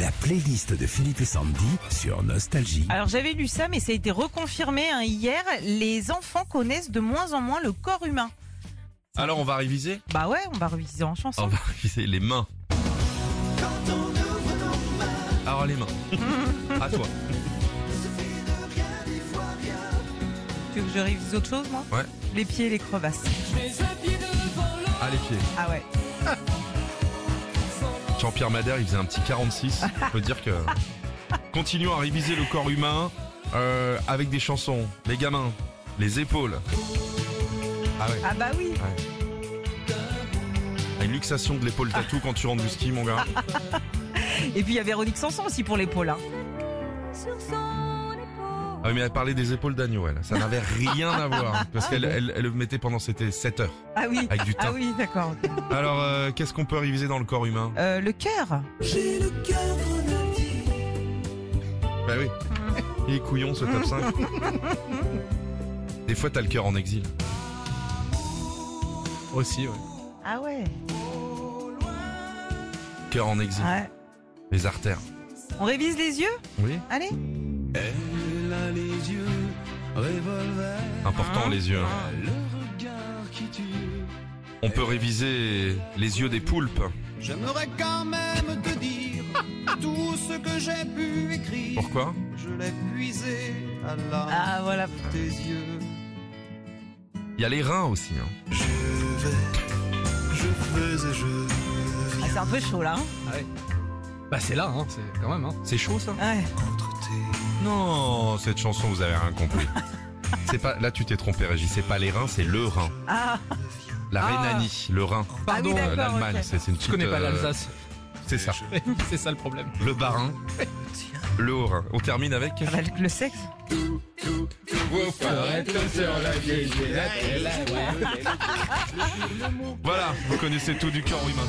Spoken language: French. La playlist de Philippe et Sandy sur Nostalgie. Alors j'avais lu ça, mais ça a été reconfirmé hein, hier. Les enfants connaissent de moins en moins le corps humain. Alors on va réviser Bah ouais, on va réviser en chanson. On va réviser les mains. Alors les mains. à toi. Tu veux que je révise autre chose, moi Ouais. Les pieds et les crevasses. À les pieds. Ah ouais. Jean-Pierre Madère, il faisait un petit 46. Je peux dire que. Continuons à réviser le corps humain euh, avec des chansons. Les gamins, les épaules. Ah ouais. Ah bah oui. T'as Ah, Une luxation de l'épaule tatou quand tu rentres du ski, mon gars. Et puis il y a Véronique Sanson aussi pour l'épaule. hein. Ah oui, mais elle parlait des épaules d'agneau, elle. Ça n'avait rien à voir. hein, Parce qu'elle elle, elle le mettait pendant c'était 7 heures. Ah oui. Avec du Ah teint. oui, d'accord. ok. Alors, euh, qu'est-ce qu'on peut réviser dans le corps humain Euh, le cœur. Bah oui. Il est couillon ce top 5. Des fois, t'as le cœur en exil. Aussi, ouais. Ah ouais. Cœur en exil. ouais. Les artères. On révise les yeux Oui. Allez. Elle a les yeux revolver, Important, Hein les yeux. hein. le regard qui tue. On peut réviser les yeux des poulpes. J'aimerais quand même te dire tout ce que j'ai pu écrire. Pourquoi Je l'ai puisé à la Ah voilà. tes yeux. Il y a les reins aussi. hein. Je vais, je fais et je Ah, c'est un peu chaud là. hein. Bah c'est là, hein, c'est quand même. Hein. C'est chaud ça Ouais. contre tes. Non, cette chanson, vous avez rien compris. C'est pas, là, tu t'es trompé, Régis. C'est pas les reins, c'est le rein. Ah, La Ah. Rhénanie, le rein. Pardon, oui, Euh, d'accord, L'Allemagne, ok. c'est c'est une je connais petite, pas euh, l'Alsace. C'est ça. c'est ça le problème. Le barin, le haut rein. On termine avec ah bah, le- le sexe. Voilà, vous connaissez tout du corps humain.